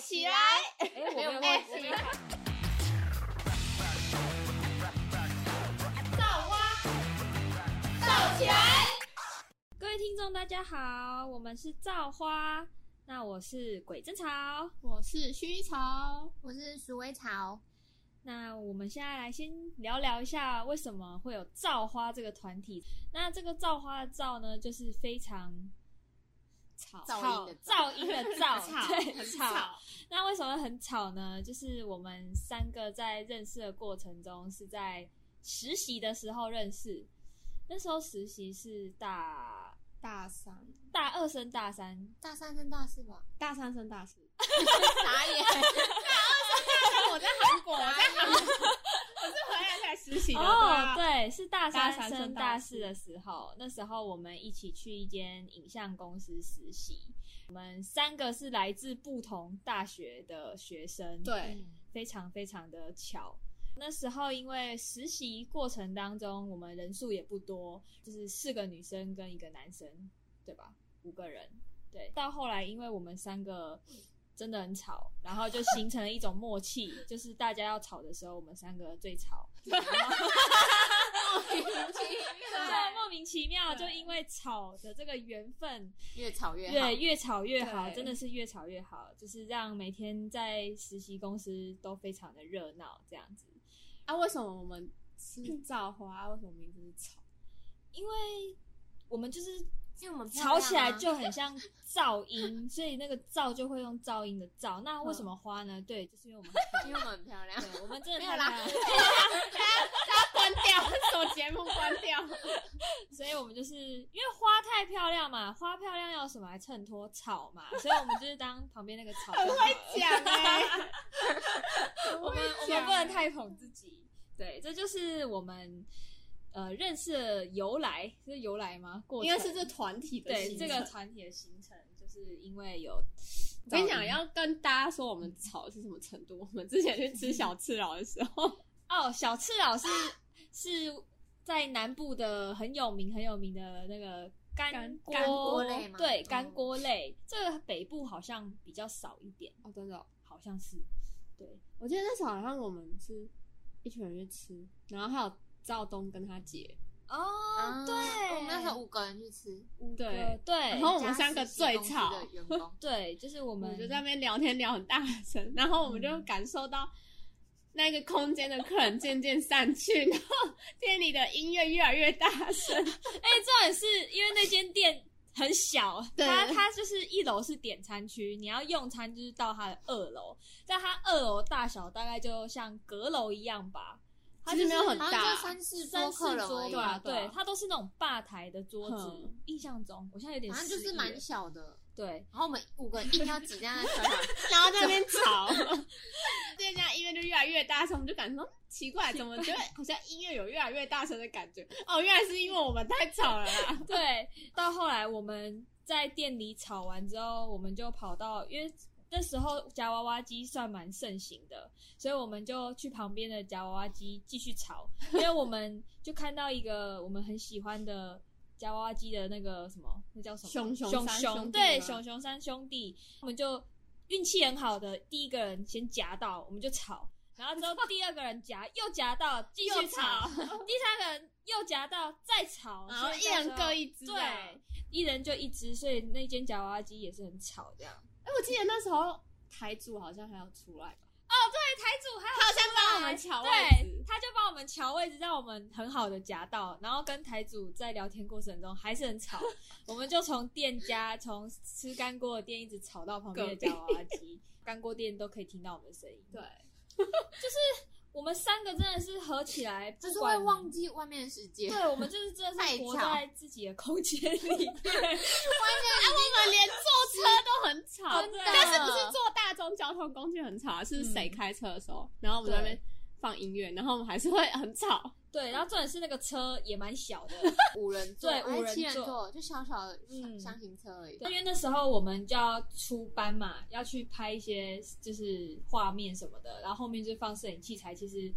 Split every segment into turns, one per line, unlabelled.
起来！
哎，我没有忘记。
造花，造起来！
各位听众，大家好，我们是造花，那我是鬼正潮，
我是虚潮，
我是鼠尾草，
那我们现在来先聊聊一下为什么会有造花这个团体。那这个造花的造呢，就是非常吵
噪音的
噪音的噪，
吵
对
很吵，
那为什么很吵呢？就是我们三个在认识的过程中是在实习的时候认识，那时候实习是大
大三、
大二升大三，
大三升大四吧？
大三升大四。
傻眼，
我在韩啊国，我在韩国，我是回来才实习的。
哦，
对啊，
对，是大
大
三
三
升
升
大
大
四
四
的时候，那时候我们一起去一间影像公司实习，我们三个是来自不同大学的学生，
对，
非常非常的巧。那时候因为实习过程当中，我们人数也不多，就是四个女生跟一个男生，对吧？五个人。对，到后来因为我们三个真的很吵，然后就形成了一种默契， 就是大家要吵的时候，我们三个最吵。对，莫名其妙，就
对
因为吵的这个缘分，
越吵越好
越。越吵越好，
对
真的是越吵越好，就是让每天在实习公司都非常的热闹这样子。
啊，为什么我们是造花？啊为什么名字是草？
因为我们就是
因为我们漂亮
吵
啊
起来就很像噪音，所以那个噪就会用噪音的噪。那为什么花呢？对，就是因为我们很漂
因为我
亮
们很漂亮。
对，我们真的
没
太
有啦
漂亮了
关掉，什么节目关掉？
所以我们就是因为花太漂亮嘛，花漂亮要有什么来衬托草嘛，所以我们就是当旁边那个草就好
很
了。
会讲哎，
我们呃 我
会
们
讲
不能太捧自己。对，这就是我们呃认识的由来，是由来吗？过程
应该是这团体的
对
形
这
成。
个团体的形成，就是因为有
我跟你
噪
讲，
音
要跟大家说我们吵是什么程度。我们之前去吃小吃佬的时候，
哦，小赤佬是是在南部的很有名很有名的那个干
干
锅
干锅
类吗
对，
哦
干锅类，这个北部好像比较少一点，
哦，真的、哦，
好像是对。
我记得那时候好像我们是一群人去吃，然后还有赵东跟他姐，啊
哦，对，
啊我们那时候五个人去吃，
五
对
个对，，
然后我们三个最
加
吵
实习公司的员工
对，就是我
我
们
们就在那边聊天聊很大声， 然后我们就感受到那个空间的客人渐渐散去， 然后店里的音乐越来越大 声，
哎、重点是因为那间店很小，
对
它它就是一楼是点餐区，你要用餐就是到它的二楼，但它二楼大小大概就像阁楼一样吧，它
其实
就是
没有很
好
大
像就三四
三
桌
四
客人
桌
而已
对
吧，
啊
对，它都是那种吧台的桌子
哼，
印象中我现在有点
反正就
失
是
忆
蛮
了
小的。
对，
然后我们五个人硬要挤在那车上，
然后在那边吵， 这家音乐就越来越大声，我们就感受到嗯奇怪，怎么觉得 好像音乐有越来越大声的感觉？哦，原来是因为我们太吵了啦。
对，到后来我们在店里吵完之后，我们就跑到，因为那时候夹娃娃机算蛮盛行的，所以我们就去旁边的夹娃娃机继续吵，因为我们就看到一个我们很喜欢的。夹娃娃机的那个什么，那叫什么？
熊熊
熊
三兄弟
对，
吗
熊熊三兄弟，我们就运气很好的第一个人先夹到，我们就吵，然后之后第二个人夹又夹到，继续
又吵
吵，第三个人又夹到再吵，
然后
哦所以
一
到时
人
候
各一只
对
这样，
一人就一只，所以那间夹娃娃机也是很吵这样。
哎，我记得那时候台主好像还要出来吧，
对，台主还有
他好像帮我们
出来
抢位
对
置，
他就帮我们调位置，让我们很好的夹到，然后跟台主在聊天过程中还是很 吵，我们就从店家从吃干锅的店一直吵到旁边的夹娃娃机，干锅店都可以听到我们的声音。
对，
我们三个真的是合起来，不
就是会
管
忘记外面的世界。
对，我们就是真的是
太
活
吵
在自己的空间里面。
我们连坐车都很吵，
真的
但是不是坐大众交通工具很吵，是谁开车的时候，然后我们在那边放音乐，然后我们还是会很吵。
对，然后重点是那个车也蛮小的，
五人座，
对
还
五
是七
人
人
座
座，就小小的
嗯
箱型车而已。
对因为那时候我们就要出班嘛，要去拍一些就是画面什么的，然后后面就放摄影器材，其实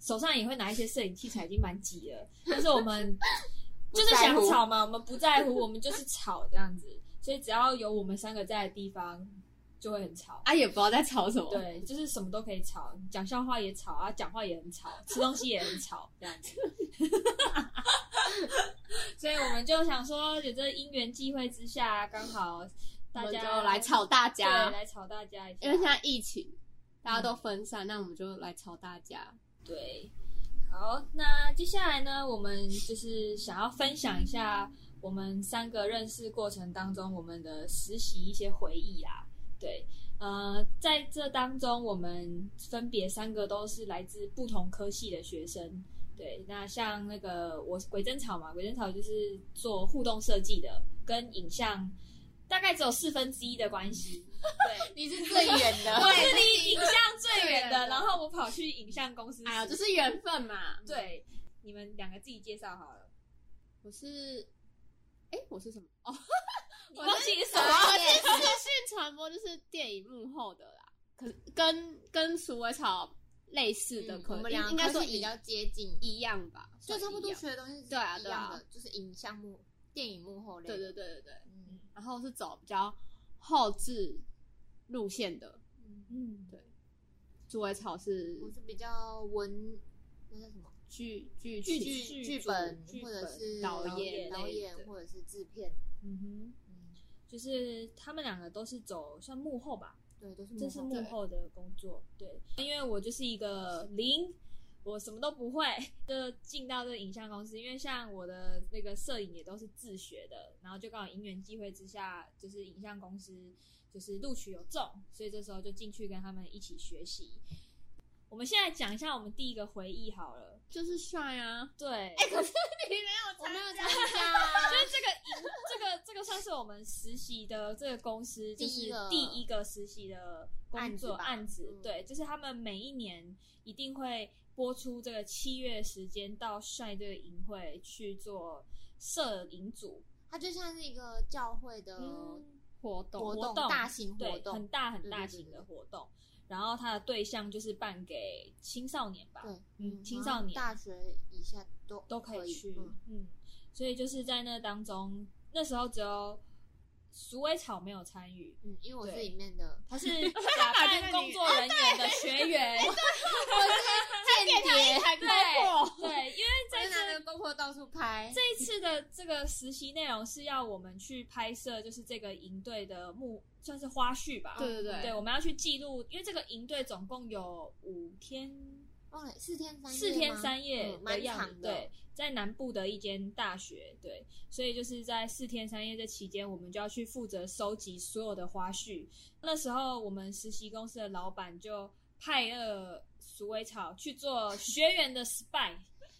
手上也会拿一些摄影器材，已经蛮挤了。但是我们 就是想
不在乎
吵嘛，我们不在乎，我们就是吵这样子。所以只要有我们三个在的地方，就会很吵。
啊，也不知道在吵什么。
对，就是什么都可以吵，讲笑话也吵啊，讲话也很吵，吃东西也很吵，这样子。 所以我们就想说，有这因缘际会之下，刚好大
我们
家
就来吵大
对，
家，
来吵大家一下。
因为现在疫情，大家都分散，那我们就来吵大家。
对，好，那接下来呢，我们就是想要分享一下我们三个认识过程当中我们的实习一些回忆啊。对，呃，在这当中，我们分别三个都是来自不同科系的学生。对，那像那个我鬼针草嘛，鬼针草就是做互动设计的，跟影像大概只有四分之一的关系。对，
你是最远
我
的，
是离影像最远
对
的，然后我跑去影像公司。
哎呀，这是缘分
嗯
嘛。
对，你们两个自己介绍好了。
我是，哎，我是什么？哦，
我忘记是什
我
么？
是资讯传播，就是电影幕后的啦，
可是跟跟鼠尾草类似的，
嗯我
可能、
们俩
应该说
比
一
较接近，
一样吧，
就差不多
算
学的
一样
东西是
对啊
一
对啊
样的，就是影像幕、电影幕后类。
对对对对对。
嗯，
然后是走比较后置路线的，
嗯，
对鼠尾草是
我是比较文，那叫什么？
剧剧
剧
情
剧
剧组
本
剧
或者
本
是
导
演
导
类
演
的
或者是制片，
嗯
嗯，
哼，就是他们两个都是走算幕后吧，
对，都是
这是
后
幕
对
后的工作。对，因为我就是一个零，我什么都不会，就进到这个影像公司。因为像我的那个摄影也都是自学的，然后就刚好因缘际会之下，就是影像公司就是录取有中，所以这时候就进去跟他们一起学习。我们现在讲一下我们第一个回忆好了。
就是帅 啊，
对，
你没有
我没有参
就
加，啊
是这个这个这个算是我们实习的这个公司，就
第一
是
个
第一个实习的工作案
案
子
子吧嗯
对，就是他们每一年一定会播出这个七月时间到帅这个营会去做摄影组
它就像是一个教会的
活动
活动，
嗯动
大型嗯活
嗯对，很
动，
大很
对
大
对
型
对
的
对
活动。然后他的对象就是办给青少年吧，
对，
嗯，青
然
少
后
年
大学以下都
都
可
可以去，
嗯
嗯，所以就是在那当中，那时候只有鼠尾草没有参与，
嗯，因为我是
对
里面的
他是假扮啊工作人员的学员，
间谍，
还包 括
对，因为
我
在
就拿着
这
包括到处拍，
这一次的这个实习内容是要我们去拍摄，就是这个营队的幕，算是花絮吧。
对对嗯对
对，我们要去记录，因为这个营队总共有五天，
忘了四天三夜吗
四天三夜
嗯
的
蛮
样子。
长的，
对，在南部的一间大学，对，所以就是在四天三夜这期间，我们就要去负责收集所有的花絮。那时候我们实习公司的老板就派了鼠尾草去做学员的 spy，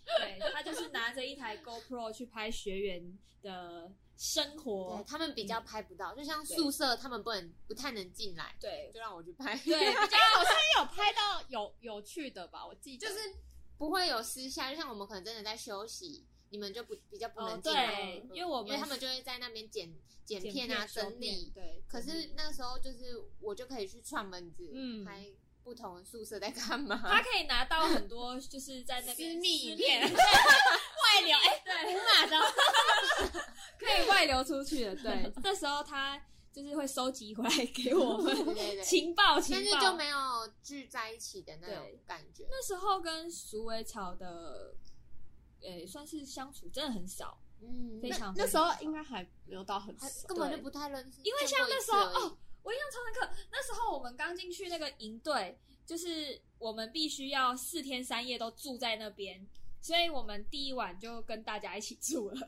对他就是拿着一台 GoPro 去拍学员的生活
对，他们比较拍不到，就像
嗯对
宿舍他们不能不太能进来，
对
就让我去拍，
对，比较
好像有拍到有有趣的吧，我记得
就是不会有私下，就像我们可能真的在休息，你们就不比较不
哦
能进来，
对
嗯
因为我
因为
们
他们就会在那边剪剪
剪
片啊
收
整理，
对，
可是那时候就是我就可以去串门子，
嗯
拍不同的宿舍在干嘛，
他可以拿到很多，就是在那边
私密影
影
片 外流，哎、
对。
我马上
可以外流出 去的。对，那时候他就是会收集回来给我们
对 对对，
情报，情
但是
报。
就没有聚在一起的那种
对
感觉，
那时候跟鼠尾草的，呃、算是相处真的很少，
嗯，
非
那
常
那时候应该还没有到很
还
熟
根本
对
就不太认识，
因为
见
像
过一
那
次
时候
而已
哦，我印象超深刻。那时候我们刚进去那个营队，就是我们必须要四天三夜都住在那边，所以我们第一晚就跟大家一起住了。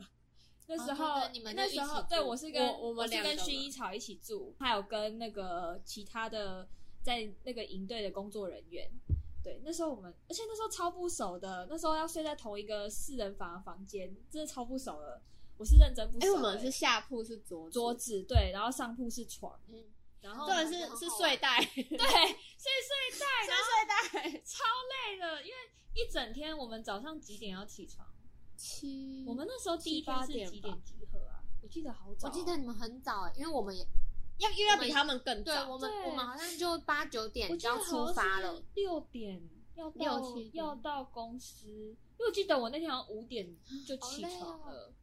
那时候、
哦就跟你们就
那
一起
时候
住
对我是跟
我我们
是
两个
跟
嘛
薰衣草一起住，还有跟那个其他的在那个营队的工作人员。对，那时候我们，而且那时候超不熟的，那时候要睡在同一个四人房的房间，真的超不熟了。我是认真不熟、
哎、
欸。
我们是下铺是桌子
桌，子对，然后上铺是床，
嗯
然后
或
对
者是是睡袋，
对，所以睡袋，然后
睡袋
超累的，因为一整天我们早上几点要起床？
七，
我们那时候第一天是几
七八点
嗯
吧
点集合啊？我记得好早
我
哦，
记得你们很早哎，因为我们也
要又要比他们更
对
早，
我们
对
我们好像就八九点
我
就要出发了，，
六点要
六
到
七点
要到公司，因为我记得我那天好像五点就起床哦
好累
了，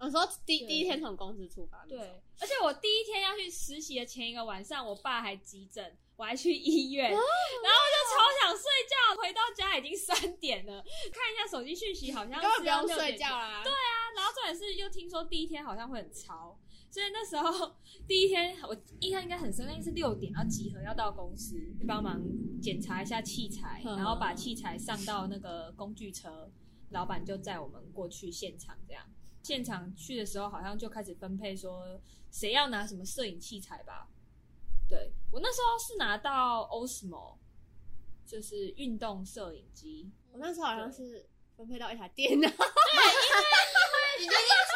我说第
对
第一天从公司出发，
对，，而且我第一天要去实习的前一个晚上，我爸还急诊，我还去医
哦
院，然后我就超想睡觉。回到家已经三点了，看一下手机讯息，好像
根本
是
不
要
用
六点
睡觉啦。对，
啊。然后重点是，又听说第一天好像会很潮，所以那时候 第一天我印象应该很深，那应该是六点要集合，要到公司帮忙检查一下器材，
嗯
然后把器材上到那个工具车，老板就载我们过去现场这样。现场去的时候，好像就开始分配说谁要拿什么摄影器材吧。对我那时候是拿到 Osmo，就是运动摄影机，
我那时候好像是分配到一台电脑，
你就是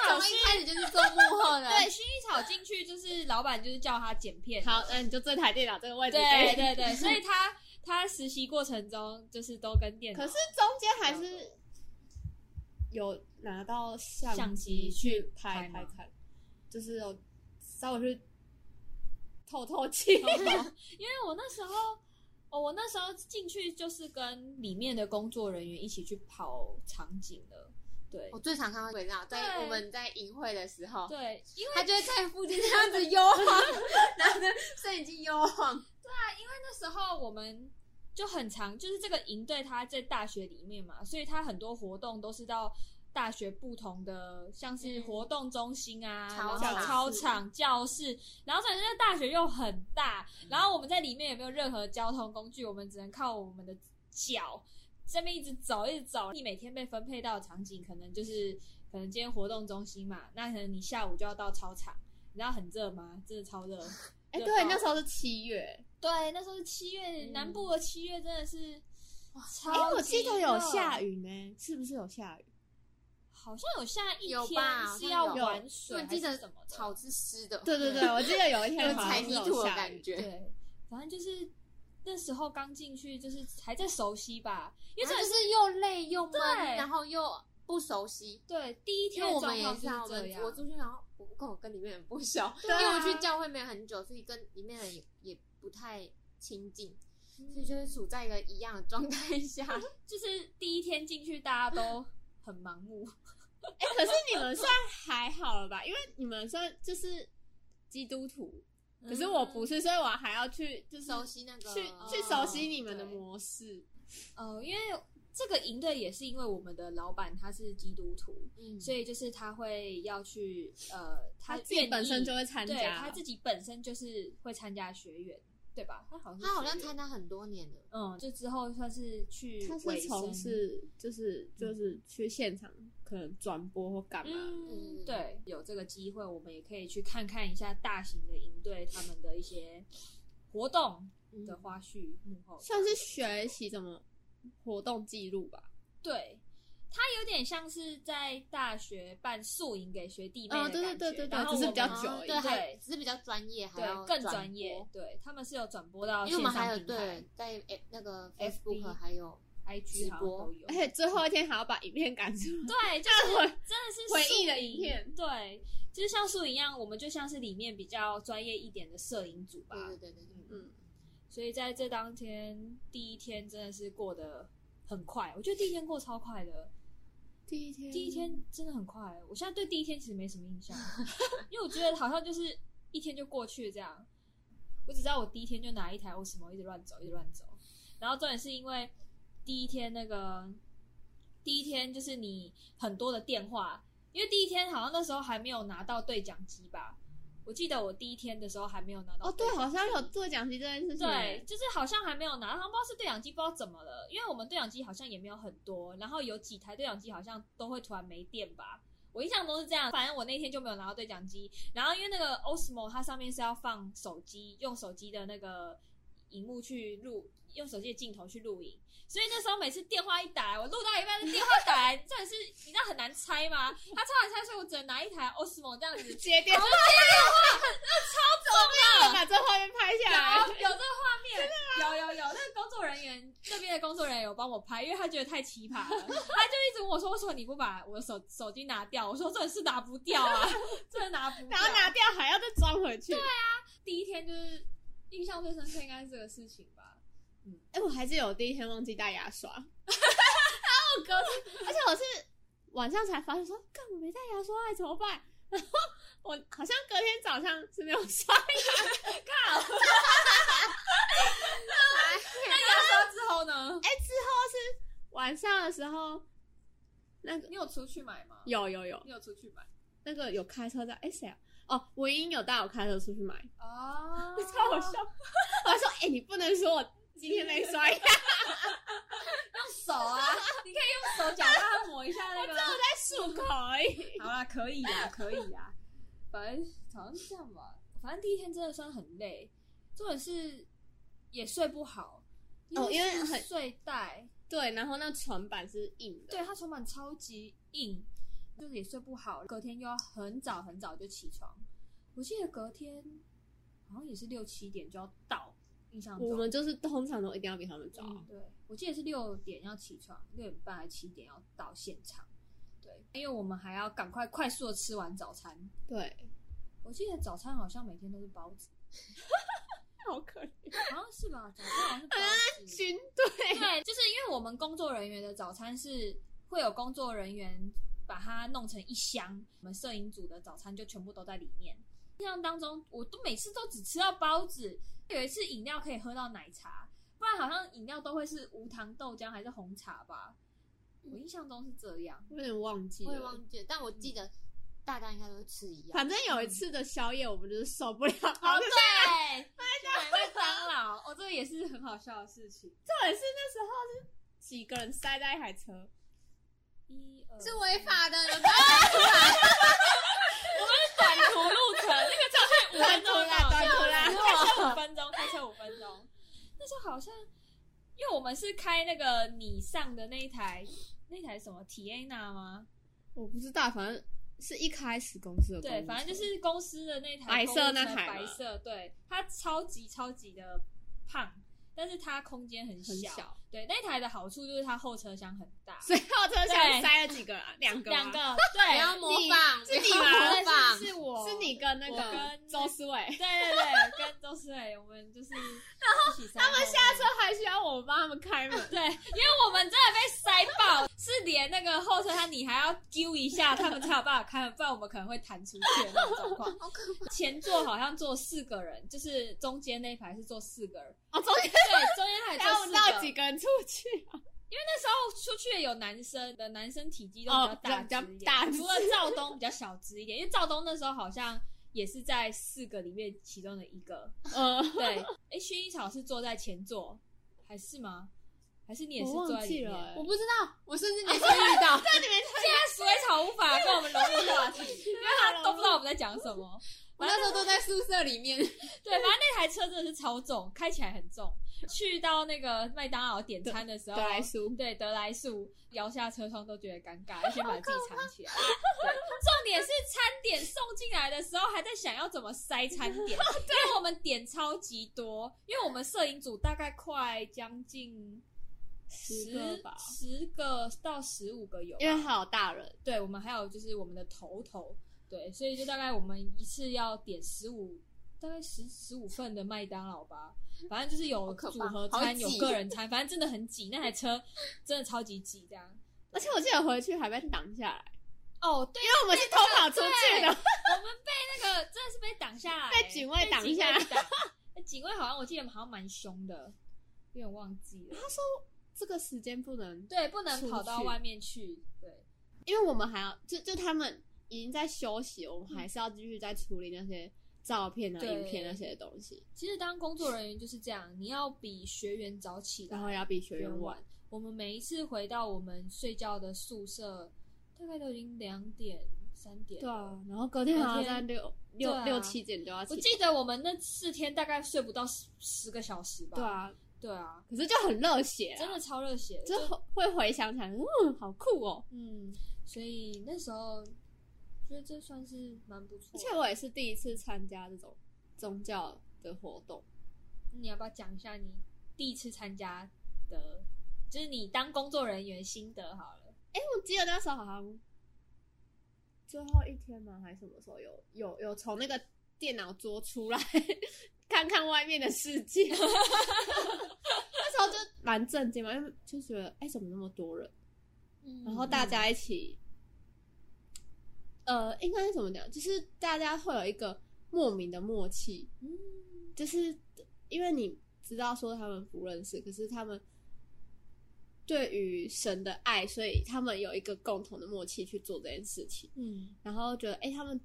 从一开始就是做幕后的，
对，薰衣草进去就是老板就是叫他剪片，
好，那你就这台电脑这个位置。
对对对，所以他他实习过程中就是都跟电脑，
可是中间还是有拿到相
相机
去
拍
拍
吗
拍看，就是有稍微去透透气。
因为我那时候。哦，我那时候进去就是跟里面的工作人员一起去跑场景了，对
哦
我最常看到鬼照，在
对
我们在营会的时候，
对，因为
他就会在附近这样子悠晃， 拿着摄影机悠晃。
那时候我们就很常，就是这个营队它在大学里面嘛，所以它很多活动都是到大学不同的，像是
嗯
活动中心啊，然
操
后
场
操场、教室，然后反正大学又很大，
嗯
然后我们在里面也没有任何交通工具，我们只能靠我们的脚。这边一直走，一直走。你每天被分配到的场景，可能就是可能今天活动中心嘛，那可能你下午就要到操场。你知道很热吗？真的超热。
哎，
热
对，
爆
那时候是七月，
对，那时候是七月，
嗯
南部的七月真的是哇，超
哎，我记得有下
雨，
雨呢，是不是有下雨？
好像有下一
有
天
吧好
是
像
要
有
玩
因
水
为
还
记
是
得
什么的
草是湿的，
对对对，我记得有一
有
天好像
踩
是
泥
有
土的
下雨
感。觉。
对，反正就是那时候刚进去，就是还在熟悉吧，因
因
为
为
这
就是又累又闷，
对
然后又不熟悉。
对第一
因
天
为
的
我
状
们也
况就是
啊，我
这
们我出
样，
去，然后我跟我跟里面人不熟，
对啊
因为我去教会没有很久，所以跟里面人也也不太亲近，所以就是处在一个一样的状态 下。
嗯就是第一天进去大家都很盲目，
哎，可是你们算还好了吧？因为你们算就是基督徒， 可是我不
是。
是，所以我还要去就是
熟悉那个
去去熟悉你们的模式。
呃，因为这个营队也是因为我们的老板他是基督徒，
嗯
所以就是他会要去呃，
他自己
愿
本身
意
就会参
对
加，
他自己本身就是会参加学员，对吧？他好像是
他好像
学员
参加很多年了，
嗯，就之后算是去
他
尾
是从
声
事就是就是去现场可能转播或干嘛。
嗯，
嗯
对，有这个机会，我们也可以去看看一下大型的营队他们的一些活动
嗯
的花絮幕后，
算是学习怎么活动记录吧。
对。他有点像是在大学办宿营给学弟妹的
哦对对
感觉
对对对
然后
只是
我
比较
们
久
啊
而已
对，还
哦对
只是比较专业，还要
对更
转
专业
播，，
对他们是有转播到
因为
线
我们还
上
有
平台
对在诶那个
FB
Facebook 还有
IG 好像
直播
都有，
而且最后一天还要把影片赶出来。
对，就是
回
真的是
回
树
忆的
影
影片
对，就是像树影一样，我们就像是里面比较专业一点的摄影组吧。
对对对对对，
嗯，
所以在这当天第一天真的是过得很快，我觉得第一天过超快的，
第一天，
第一天真的很快。欸我现在对第一天其实没什么印象， 因为我觉得好像就是一天就过去了这样。我只知道我第一天就拿一台 Osmo 一直乱走，一直乱走。然后重点是因为第一天那个第一天就是你很多的电话，因为第一天好像那时候还没有拿到对讲机吧。我记得我第一天的时候还没有拿到
哦，对，
讲
好像
机
有做奖题这件事情。
对，，就是好像还没有拿，好像不知道是对讲机不知道怎么了，因为我们对讲机好像也没有很多，然后有几台对讲机好像都会突然没电吧。我印象中是这样，反正我那天就没有拿到对讲机。然后因为那个 Osmo 它上面是要放手机，用手机的那个荧幕去录，用手机的镜头去录影，所以那时候每次电话一打来，我录到一半的电话打来，真的是你知道很难猜吗？它超难猜，所以我只能拿一台 Osmo 这样子
接哦电话，超重要，把这画面拍下来。
有有这个画面，有有有。那个工作人员这边的工作人员有帮我拍，因为他觉得太奇葩了，他就一直问我说：“为什么你不把我的手手机拿掉？”我说：“这是拿不掉啊，这拿不掉
然。后拿掉还要再装回去。对啊，”
第一天就是印象最深刻应该是这个事情吧。
哎，我还记得我第一天忘记带牙刷，然后我隔天，而且我是晚上才发现说，干我没带牙刷，哎怎么办？ 然后我好像隔天早上是没有刷
那牙刷之后呢？
哎、之后是晚上的时候，那个
你有出去买吗？，
有有有
你有出去买
那个有开车在，哎、谁啊？哦，我英有带我开车出去买，
啊
超好笑。我还说，哎、你不能说我今天没 刷牙，
用手啊，你可以用手脚让它抹一下那个。
在漱口而已。
好啦，可以啦，可以啦，反正好像是这样吧。反正第一天真的算很累，重点是也睡不好，
哦因为
是
很
睡袋，
对，然后那床板是硬的，
对它床板超级硬，就是也睡不好，隔天又要很早很早就起床。我记得隔天好像也是六七点就要到，印象中
我们就是通常都一定要比他们早。
嗯，对，我记得是六点要起床，六点半还七点要到现场。对，因为我们还要赶快快速的吃完早餐。
对，
我记得早餐好像每天都是包子，
好可怜，
好像是吧？早餐好像是包子。
军队。
对，就是因为我们工作人员的早餐是会有工作人员把它弄成一箱，我们摄影组的早餐就全部都在里面。印象当中，我都每次都只吃到包子，有一次饮料可以喝到奶茶，不然好像饮料都会是无糖豆浆还是红茶吧。我印象中是这样，
我有点忘记
我也
了。
忘记了，但我记得大家应该都会吃一样。
反正有一次的宵夜，我们就是受不了。
哦
好，重
对，去买麦当劳，哦，这个也是很好笑的事情。
点是那时候是几个人塞在一台车，
一二
是违法 的，
短途路程，那个照片五分钟
短途啦
到，
短途啦
开车五分钟，开车五分钟。那时候好像，因为我们是开那个你上的那一台，那台什么 Tiana 吗？
我不知道，反正是一开始公司的公司
对，反正就是公司的那台
白色
公务车
那台嘛
白色，对，它超级超级的胖，但是它空间很
很小，啊
对，那台的好处就是它后车厢很大，
所以后车厢
对
塞了几个啊？两个，
两，个，
不
对，
要模仿，
是你
不要
吗
模仿
是。是我，
是你跟那
我
个
跟
周思伟。
对对对，跟周思伟，我们 就是一起他们下
这还需要我帮他们开门？
对，因为我们真的被塞爆，是连那个后车厢你还要揪一下，他们才有办法开门，不然我们可能会弹出去的那种状 况。
好可怕！
前座好像坐四个人，就是中间那一排是坐四个 人，
哦，中间
对，中间还
然
坐
后
四
到
个
几
人。
个人出去啊？
那时候出去有男生的，男生体积都
哦
比较大
比较
只一点，
大只
除了赵东比较小只一点，因为赵东那时候好像也是在四个里面其中的一个。
嗯，
对，哎，薰衣草是坐在前座，还是吗？还是你也是
我
坐
忘
在里
记
面？
了欸
我不知道，我甚至没注意 到。
现在鼠尾草无法跟我们融入话题，因为他都不知道我们在讲什么。
我那时候都在宿舍里面，
对，反正那台车真的是超重，开起来很重。去到那个麦当劳点餐的时候，嗯
德莱苏，
对德莱树摇下车窗都觉得尴尬，要先把自己藏起来。对重点是餐点送进来的时候，还在想要怎么塞餐 点，因为我们点超级多，因为我们摄影组大概快将近
十个吧
十个到十五个有吧，
因为还有大人，
对，我们还有就是我们的头头，对，所以就大概我们一次要点十五，大概十十五份的麦当劳吧，反正就是有
好可
组
怕
合
好
餐，有
挤
个人餐，反正真的很挤，那台车真的超级挤这样。
而且我记得回去还被挡下来，
哦，对，
因为我们是偷跑出去
我
的。
们被那个真的是被挡下来，
被警卫挡
被警
下
卫挡。那警卫好像我记得好像蛮凶的，有点忘记了。
这个时间不能，
对，不能跑到
出去
外面去。对，
因为我们还要就就他们已经在休息，我们还是要继续在处理那些照片啊、
对
影片那些东西，
其实当工作人员就是这样，你要比学员早起来
然，后也要比学员晚。。
我们每一次回到我们睡觉的宿舍，大概都已经两点、三点。
对啊，，然后隔天还要在六
对
六
啊
六七点就要
我
起。
记得我们那四天大概睡不到十十个小时吧。
对，啊，
对啊，
可是就很热血啊，
真的超热血的。
就
就
会回想起来，嗯，好酷哦。
嗯，所以那时候觉得这算是蛮不错
而
的。
且我也是第一次参加这种宗教的活动，
你要不要讲一下你第一次参加的，就是你当工作人员心得好了？
我记得那时候好像最后一天吗？还是什么时候有有有从那个电脑桌出来看看外面的世界？ 那时候就蛮震惊嘛，因为就觉得哎、怎么那么多人？
嗯
然后大家一起呃，应该是怎么讲？就是大家会有一个莫名的默契，就是因为你知道说他们不认识，可是他们对于神的爱，所以他们有一个共同的默契去做这件事情。
嗯
然后觉得哎、诶他们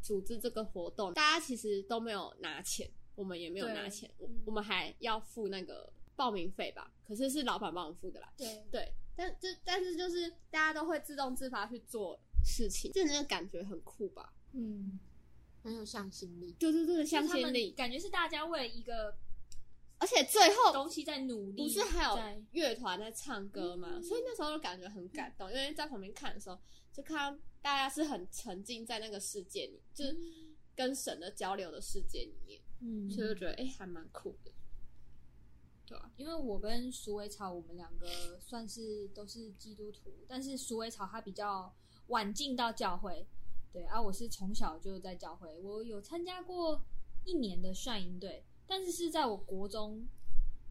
组织这个活动，大家其实都没有拿钱，我们也没有
对
拿钱，我
嗯
我们还要付那个报名费吧，可是是老板帮我们付的啦。
对，
对，但就但是就是大家都会自动自发去做事情，这真的感觉很酷吧？
嗯，
很有向心力。
对对对，
就
向
是他
心
们
力，
感觉是大家为了一个
而且最后。
东西在努力，
哦不是还
在
有乐团在唱歌吗？
嗯
所以那时候就感觉很感动，因为在旁边看的时候，就看到大家是很沉浸在那个世界里，就是跟神的交流的世界里面。
嗯，
所以就觉得哎、诶还蛮酷的。
因为我跟鼠尾草，我们两个算是都是基督徒，但是鼠尾草他比较晚进到教会，对啊，我是从小就在教会，我有参加过一年的帅营队，但是是在我国中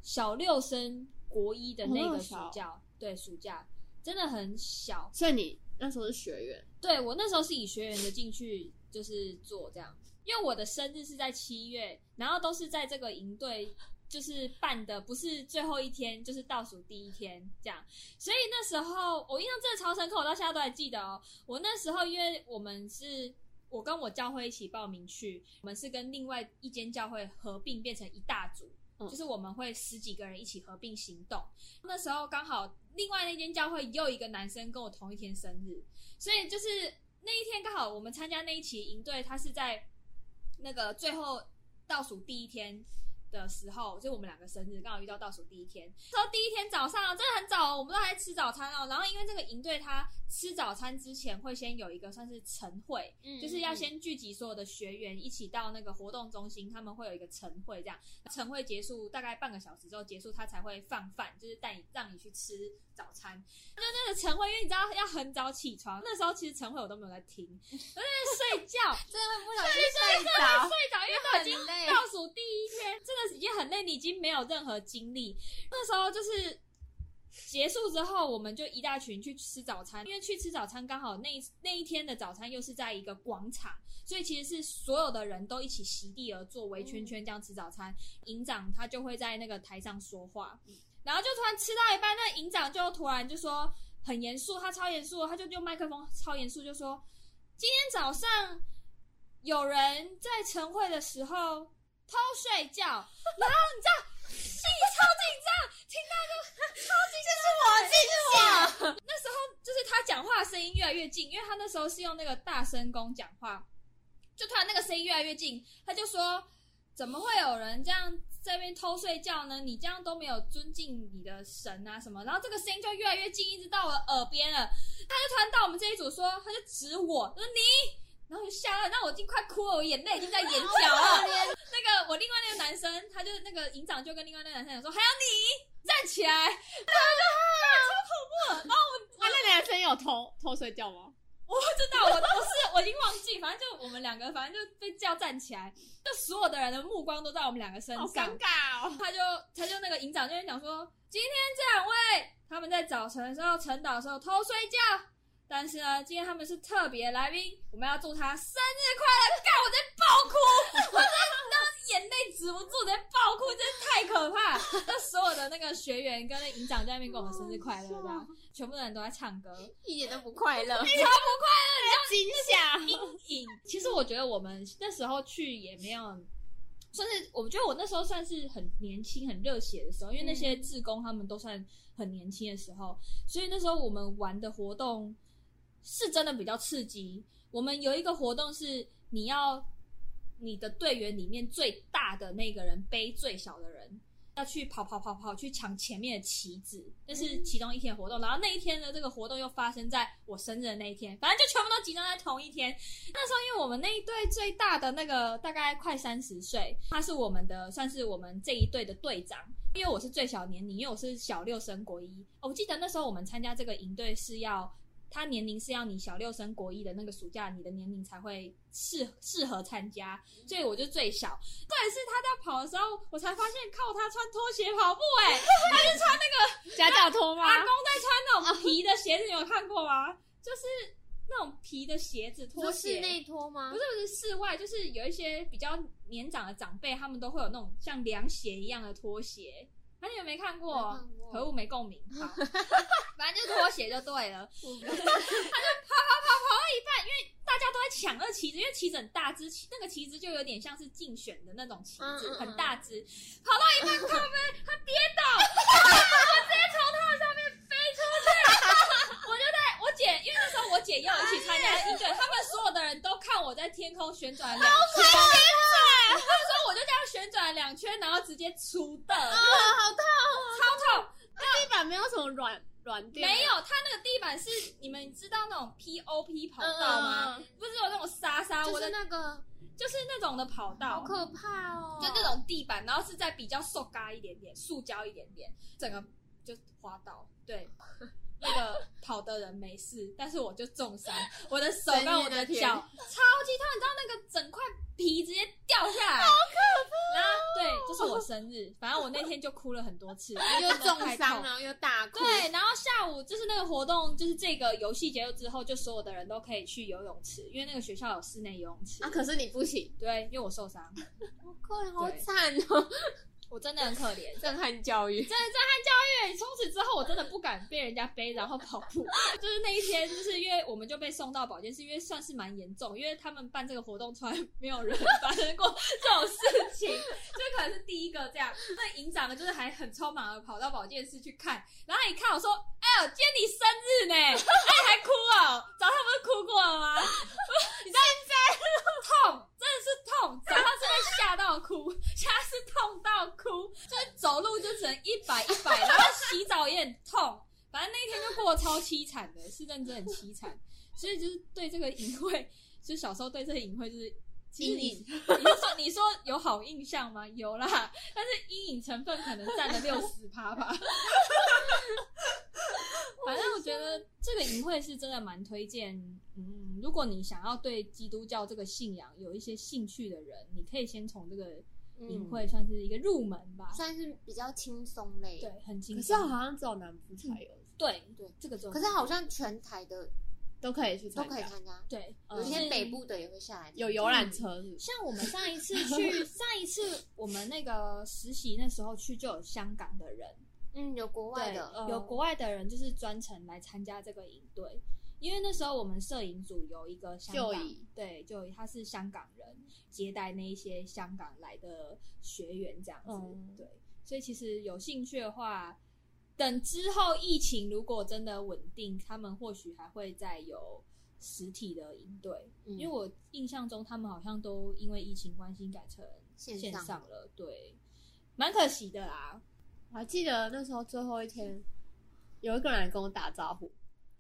小六升国一的那
哦那
个
么
暑
小
假，对暑假真的很小，
所以你那时候是学员，
对我那时候是以学员的进去就是做这样，因为我的生日是在七月，然后都是在这个营队就是办的，不是最后一天就是倒数第一天这样，所以那时候我印象真的超深刻，我到现在都还记得哦。我那时候因为我们是。我跟我教会一起报名去，我们是跟另外一间教会合并变成一大组，
嗯
就是我们会十几个人一起合并行动。那时候刚好另外那间教会又一个男生跟我同一天生日，所以就是那一天刚好我们参加那一期营队，他是在那个最后倒数第一天的时候，就我们两个生日刚好遇到倒数第一天。那时候第一天早上真的很早哦，我们都还在吃早餐哦。然后因为这个营队，他吃早餐之前会先有一个算是晨会，
嗯
就是要先聚集所有的学员一起到那个活动中心，他们会有一个晨会，这样晨会结束大概半个小时之后结束，他才会放饭，就是带你让你去吃早餐。就那个晨会，因为你知道要很早起床，那时候其实晨会我都没有在听， 我就在睡觉，
真的不小心睡着，
睡着，因为都已经
很累。
倒数第一天，真的已经很累，你已经没有任何精力。那时候就是结束之后，我们就一大群去吃早餐，因为去吃早餐刚好那一那一天的早餐又是在一个广场，所以其实是所有的人都一起席地而坐，围圈圈这样吃早餐。营长他就会在那个台上说话，然后就突然吃到一半，那营长就突然就说很严肃，他超严肃，他就用麦克风超严肃就说：“今天早上有人在晨会的时候偷睡觉，然后你知道心里超紧张，听到就超紧张，就是我，就是我。那时候就是他讲话声音越来越近，因为他那时候是用那个大声公讲话，就突然那个声音越来越近，他就说：“怎么会有人这样在那边偷睡觉呢？你这样都没有尊敬你的神啊什么。”然后这个声音就越来越近，一直到我的耳边了。他就突然到我们这一组说，他就指我，他说你，然后我就吓到，那我已经快哭了，我眼泪已经在眼角
哦
了。那个我另外那个男生，他就那个营长就跟另外那个男生讲说，还有你站起来，
他那男生有偷偷睡觉吗？
我不知道，我我是我已经忘记，反正就我们两个，反正就被叫站起来，就所有的人的目光都在我们两个身
好
上
尴。尬哦！
他就他就那个营长就在讲说，今天这两位他们在早晨的时候晨祷的时候偷睡觉，但是呢，今天他们是特别来宾，我们要祝他生日快乐。干，我在爆哭， 我在那眼泪止不住，我在爆哭，真是太可怕。那所有的那个学员跟那营长在那边跟我们生日快乐，这样全部的人都在唱歌。
一点都 不快乐。
惊吓，
阴影。 其实我觉得我们那时候去也没有，算是我觉得我那时候算是很年轻、很热血的时候，因为那些志工他们都算很年轻的时候，所以那时候我们玩的活动是真的比较刺激。我们有一个活动是你要你的队员里面最大的那个人背最小的人。要去跑跑跑跑去抢前面的旗子，那是其中一天活动。然后那一天呢，这个活动又发生在我生日的那一天，反正就全部都集中在同一天。那时候因为我们那一队最大的那个大概快三十岁，他是我们的算是我们这一队的队长，因为我是最小年龄，因为我是小六升国一。哦我记得那时候我们参加这个营队是要。他年龄是要你小六升国一的那个暑假，你的年龄才会适适合参加，所以我就最小。重点是他在跑的时候，我才发现靠他穿拖鞋跑步、欸，
家教拖吗
啊阿？公在穿那种皮的鞋子，你有看过吗？就是那种皮的鞋子、拖
说室
鞋，
内拖吗
不？是不是室外，就是有一些比较年长的长辈，他们都会有那种像凉鞋一样的拖鞋。啊，你有没看过
没看？过
可恶，没共鸣。好，反正就是拖鞋就对了。
我不
大家都在抢那个旗子，因为旗子很大只，旗那个旗子就有点像是竞选的那种旗
嗯
子，
嗯嗯
很大只。跑到一半，他们他跌倒，啊我直接从他上面飞出去。我就在我姐，因为那时候我姐要一起参加营队，他们所有的人都看我在天空旋转两圈，他们说我就这样旋转两圈，然后直接出的，
啊
超痛。
地板没有什么软软垫，
没有，它那个地板是你们知道那种 POP 跑道吗？
嗯嗯
不是有那种沙沙，
就
我的
是那个
就是那种的跑道
好，可怕哦，
就那种地板，然后是在比较塑嘎一点点、塑胶一点点，整个就滑倒。对， 那个跑的人没事，但是我就重伤，我的手跟我的
深夜的天
脚超级痛，你知道那个整块皮直接掉下来，好可
哦
怕、然后对，这、是我生日，反正我那天就哭了很多 次，因
又
为真的
呃重
太
伤，啊
痛。
然后又大哭，
对，然后下午就是那个活动，就是这个游戏结束之后，就所有的人都可以去游泳池，因为那个学校有室内游泳池。
啊，可是你不行，
对，因为我受伤，
好可怜，好
对
惨哦，
我真的很可怜。
震撼教育，
真的震撼教育。从此之后，我真的不敢被人家背，然后跑步。就是那一天，就是因为我们就被送到保健室，因为算是蛮严重，因为他们办这个活动从来没有人发生过这种事情， 就可能是第一个这样。那营长就是还很匆忙的跑到保健室去看，然后一看我说：“哎呦，今天你生日呢？哎，还哭哦？早上不是哭过了吗？”你知道痛，真的是痛，早上是被吓到哭，现在是痛到哭。走路就只能一百一百，然后洗澡也很痛。反正那一天就过得超凄惨的，是认真很凄惨。所以就是对这个隐晦，就是小时候对这个隐晦就是其实你
阴
你是说你说有好印象吗？有啦，但是阴影成分可能占了六十趴吧。反正我觉得这个淫秽是真的蛮推荐，嗯，如果你想要对基督教这个信仰有一些兴趣的人，你可以先从这个淫秽算是一个入门吧。
嗯算是比较轻松类，
对，很轻
可
松。
是好像只有南部才有，
对
对
这个重要
可是好像全台的
都可以去
都
参
可以
加，
参加，
对，
有
嗯
就
些
是
北部的也会下来，
有游览车是不是
像我们上一次 去，上一次我们那个实习那时候去，就有香港的人，
嗯，有国外
对，
的，
有国外的人就是专程来参加这个营队，因为那时候我们摄影组有一个香
就
港
以，
对，就以他是香港人，接待那一些香港来的学员这样子，
嗯
对，所以其实有兴趣的话。等之后疫情如果真的稳定，他们或许还会再有实体的营队，
嗯
因为我印象中他们好像都因为疫情关系改成
线
线
上
上了，对，蛮可惜的啦。
我还记得那时候最后一天，有一个人来跟我打招呼，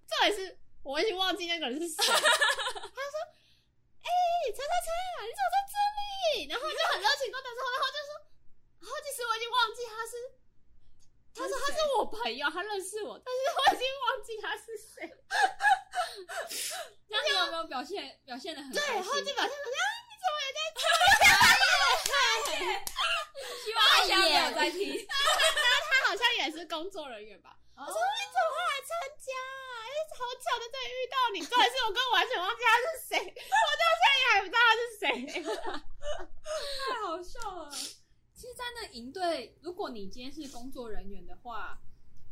这也是我已经忘记那个人是谁。他说：“哎、叉叉叉，你怎么在这里？”然后就很热情跟我打招呼，然后就说：“然后其实我已经忘记他是，他说他是我朋友，他认识我，但是我已经忘记他是谁。”
那你有没有表现表现的很
对，然
开
后
心
就表现出啊，你怎么也在
希望他下次没有再听。
他好像也是工作人员吧？
哦
我说你怎么会来参加、啊？哎、好巧在这里遇到你，重点是我跟我完全忘记他是谁，我到现在也还不知道他是谁。
太好笑了。其实，在那营队，如果你今天是工作人员的话，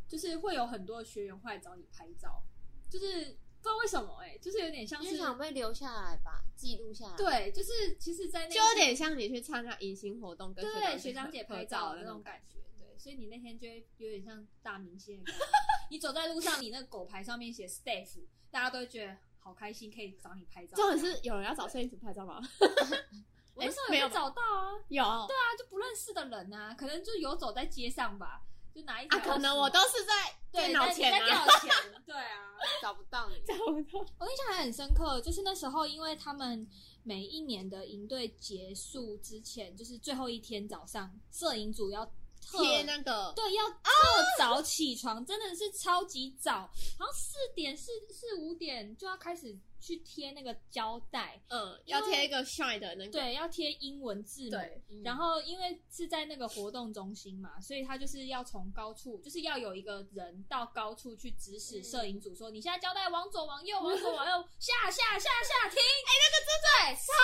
就是会有很多学员会来找你拍照，就是不知道为什么哎、就是有点像
因为
是
想被留下来吧，记录下来，，
对，就是其实，在那
就有点像你去参加迎新活动跟
对对学长
长
姐
合
拍照
照
的
的
那
那
种
种。
感觉，对，所以你那天就会有点像大明星的感觉。 你走在路上，你那狗牌上面写 staff，大家都会觉得好开心，可以找你拍照。
重点是有人要找摄影组拍照吗？
我那时候
没
有
有
被找到啊，
有啊，
他就不认识的人啊，可能就游走在街上吧，就拿一条、
啊可能我都是在
对
电脑
在
前
在电
啊，
脑前，对啊。
找不到你，
找不到。
我印象还很深刻，就是那时候，因为他们每一年的营队结束之前，就是最后一天早上，摄影组要特
贴那个
对，要特早起床，真的是超级早，好像四点四四五点就要开始去贴那个胶带，
嗯，要贴一个 shine 的那个，
对，要贴英文字母。
对，
嗯
然后因为是在那个活动中心嘛，所以他就是要从高处，就是要有一个人到高处去指使摄影组说：“你现在胶带往左、往右、往左、往右，下下下下，停！”哎、那个真的超难嗯
好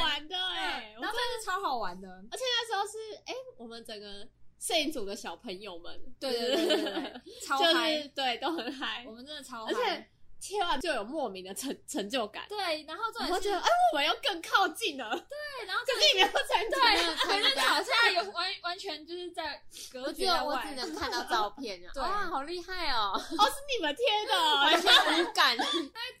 玩的哎、
对，然后但是超好玩的，
而且那时候是哎、我们整个摄影组的小朋友们，
对对对对对，超
就
嗨
是，对都很嗨
我，们真的超嗨，
而且切完就有莫名的成成就感，
对，然后重
然
点
后
是
觉得哎、我们要更靠近了，
对，然后
可是你没有成 就感，
对，可是吵架有完完全就是在
我
隔
只
绝
有
在
我只
外，
能看 到照片啊，
对
哇，好厉害哦，
哦，是你们贴的哦，
完全无感。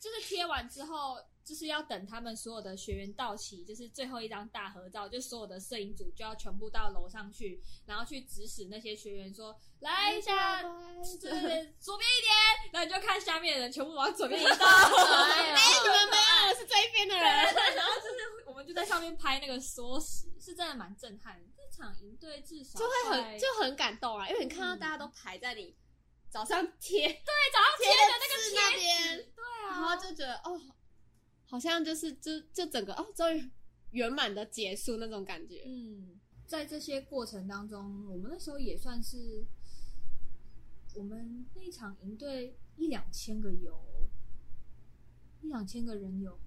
就是贴完之后。就是要等他们所有的学员到齐，就是最后一张大合照，就所有的摄影组就要全部到楼上去，然后去指使那些学员说：“来一下，对对对，左边一点。”然后你就看下面的人全部往左边移动，
哎
哎、你们没有，是这一边的
对
人。
对，然后就是我们就在上面拍那个缩时，是真的蛮震撼的。这场营队至少
就会
在
很就很感动啊，因为你看到大家都排在你早上贴贴
对早上贴的那
字
个
那
贴
边，
纸，对
然
啊，
后就觉得哦，好像就是就就整个哦，终于圆满的结束那种感觉。
嗯，在这些过程当中，我们那时候也算是我们那一场营队一两千个有，一两千个人有，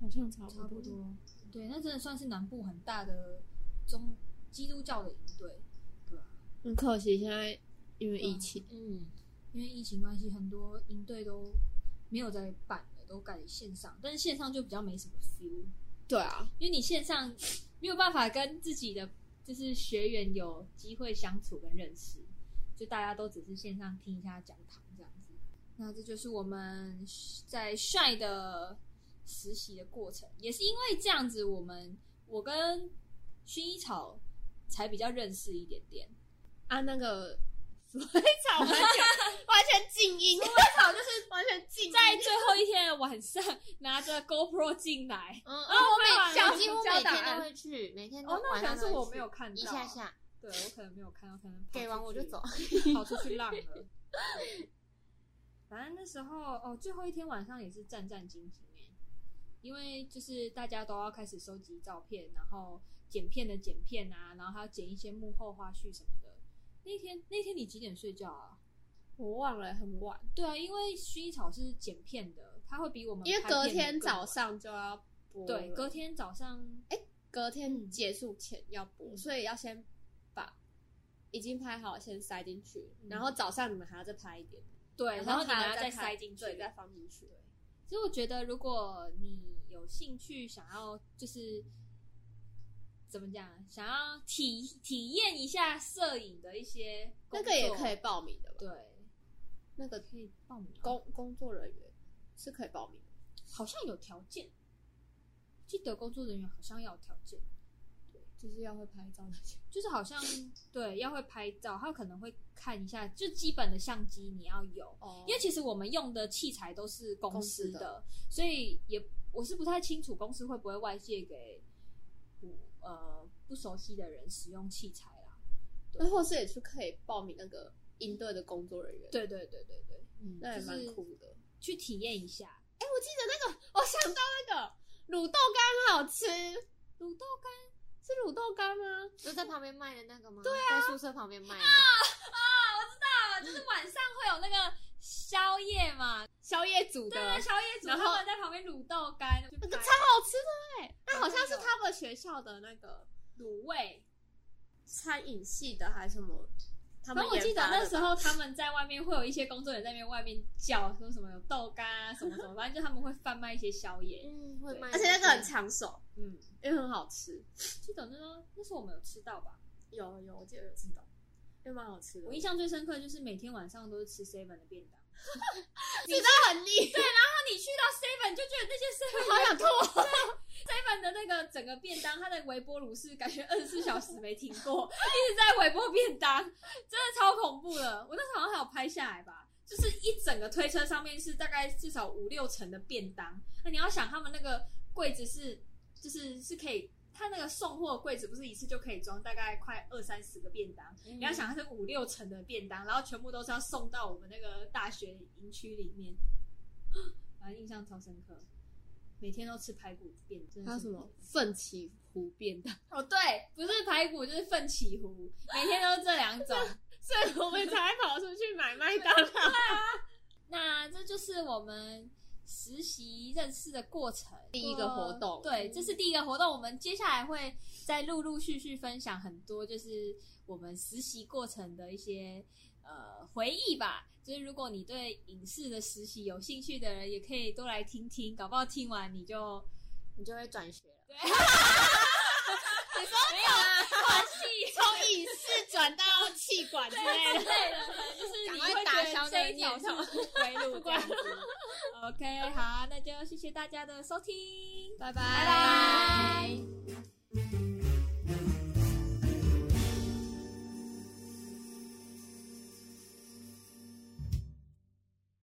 好像差
差不。多。对，那真的算是南部很大的中基督教的营队，对啊
很可惜，现在因为疫情，
嗯，
因为疫情关系，很多营队都没有在办了，都改线上，但是线上就比较没什么 feel。
对啊，
因为你线上没有办法跟自己的就是学员有机会相处跟认识，就大家都只是线上听一下讲堂这样子。那这就是我们在帅的实习的过程，也是因为这样子，我们我跟薰衣草才比较认识一点点。
啊那个水草完 全完全静音，水草就是完全静音，
在最后一天的晚上，拿着 GoPro 进来，
嗯，
然后我每
我
小
几乎每天都会去，每天都
哦，那
晚
可能
上
是
都
我
会
没
去
有看到，
一下下
对我可能没有看到，可能跑
给完
出
我就
去
走。
跑出去浪 了。反正那时候哦，最后一天晚上也是战战兢兢哎，因为就是大家都要开始收集照片，然后剪片的剪片啊，然后还要剪一些幕后花絮什么的。那天那天你几点睡觉啊？
我忘了很晚，
对啊，因为薰衣草是剪片的，它会比我们
因为
拍
隔
片的
天
更
早
晚
上就要播了，
对隔天早上
隔天结束前要播，
嗯
所以要先把已经拍好先塞进去，
嗯
然后早上你们还要再拍一点，
对，然后你
还
还要
要
再
拍
塞进去，
对，再放进去。
所以我觉得，如果你有兴趣想要就是怎么讲，想要体体验一下摄影的一些工
那
作，
个也可以报名的吧？
对，
那个
可以报名哦
工工作人员是可以报名的，
好像有条件，记得工作人员好像要有条件，
就是要会拍照那些。
就是好像对要会拍照，他可能会看一下，就基本的相机你要有，
哦
因为其实我们用的器材都是公司
公司
的，所以也我是不太清楚公司会不会外借给不呃不熟悉的人使用器材啦。呃
那或是也去可以报名那个应对的工作人员，，
对对对对对，
嗯
那也
就
蛮
是
酷的。
去体验一下
我想到那个卤豆干好吃，是
卤豆干。
卤豆干吗？
就在旁边卖的那个吗？对啊，在宿舍旁边卖的。
啊，就是晚上会有那个宵夜嘛，
宵夜组的，
对对，宵夜组
然后
他们在旁边卤豆干，嗯那
那个超好吃的哎、那好像是
好像有
他们学校的那个
卤味。
餐饮系的还是什么？他
然
们
后我记
研
得
发的
那时候他们在外面会有一些工作人员在那边外面叫说什么有豆干啊什么什么，反正就他们会贩卖一些宵夜。
嗯，会卖。
而且那个很，抢手，
嗯，
因为很好吃。
记得那时候那时候我们有吃到吧？
有有，我记得有吃到，因为蛮好吃的
我印象最深刻就是每天晚上都是吃 seven 的便当。那
很腻，
你去到 seven 就觉得那些
嗯
seven
好想吐。
seven 的那个整个便当，它的微波炉是感觉二十四小时没停过， 一直在微波便当，真的超恐怖的。我那时候好像还有拍下来吧，就是一整个推车上面是大概至少五六层的便当。那你要想，他们那个柜子是就是是可以，他那个送货柜子不是一次就可以装大概快二三十个便当，
你
你要，想它是五六 层的便当，然后全部都是要送到我们那个大学营区里面，反正印象超深刻。每天都吃排骨便当，
还有什么奋起湖便当？
哦，对，不是排骨就是奋起湖，每天都这两种。
所以我们才跑出去买麦当劳。
那这就是我们实习认识的过程，
第一个活动
呃对，这是第一个活动。我们接下来会再陆陆续续分享很多，就是我们实习过程的一些呃回忆吧。就是如果你对影视的实习有兴趣的人，也可以多来听听，搞不好听完你就
你就会转学了。
你说没有啊，关系。
从影视转到气管 之
之
类的。
类的，可能就是你
赶
会
快
打
打
消
消
这
这
一
一
条
条
是不归 路这样子。OK，好，那就谢谢大家的收听，
拜拜
拜拜。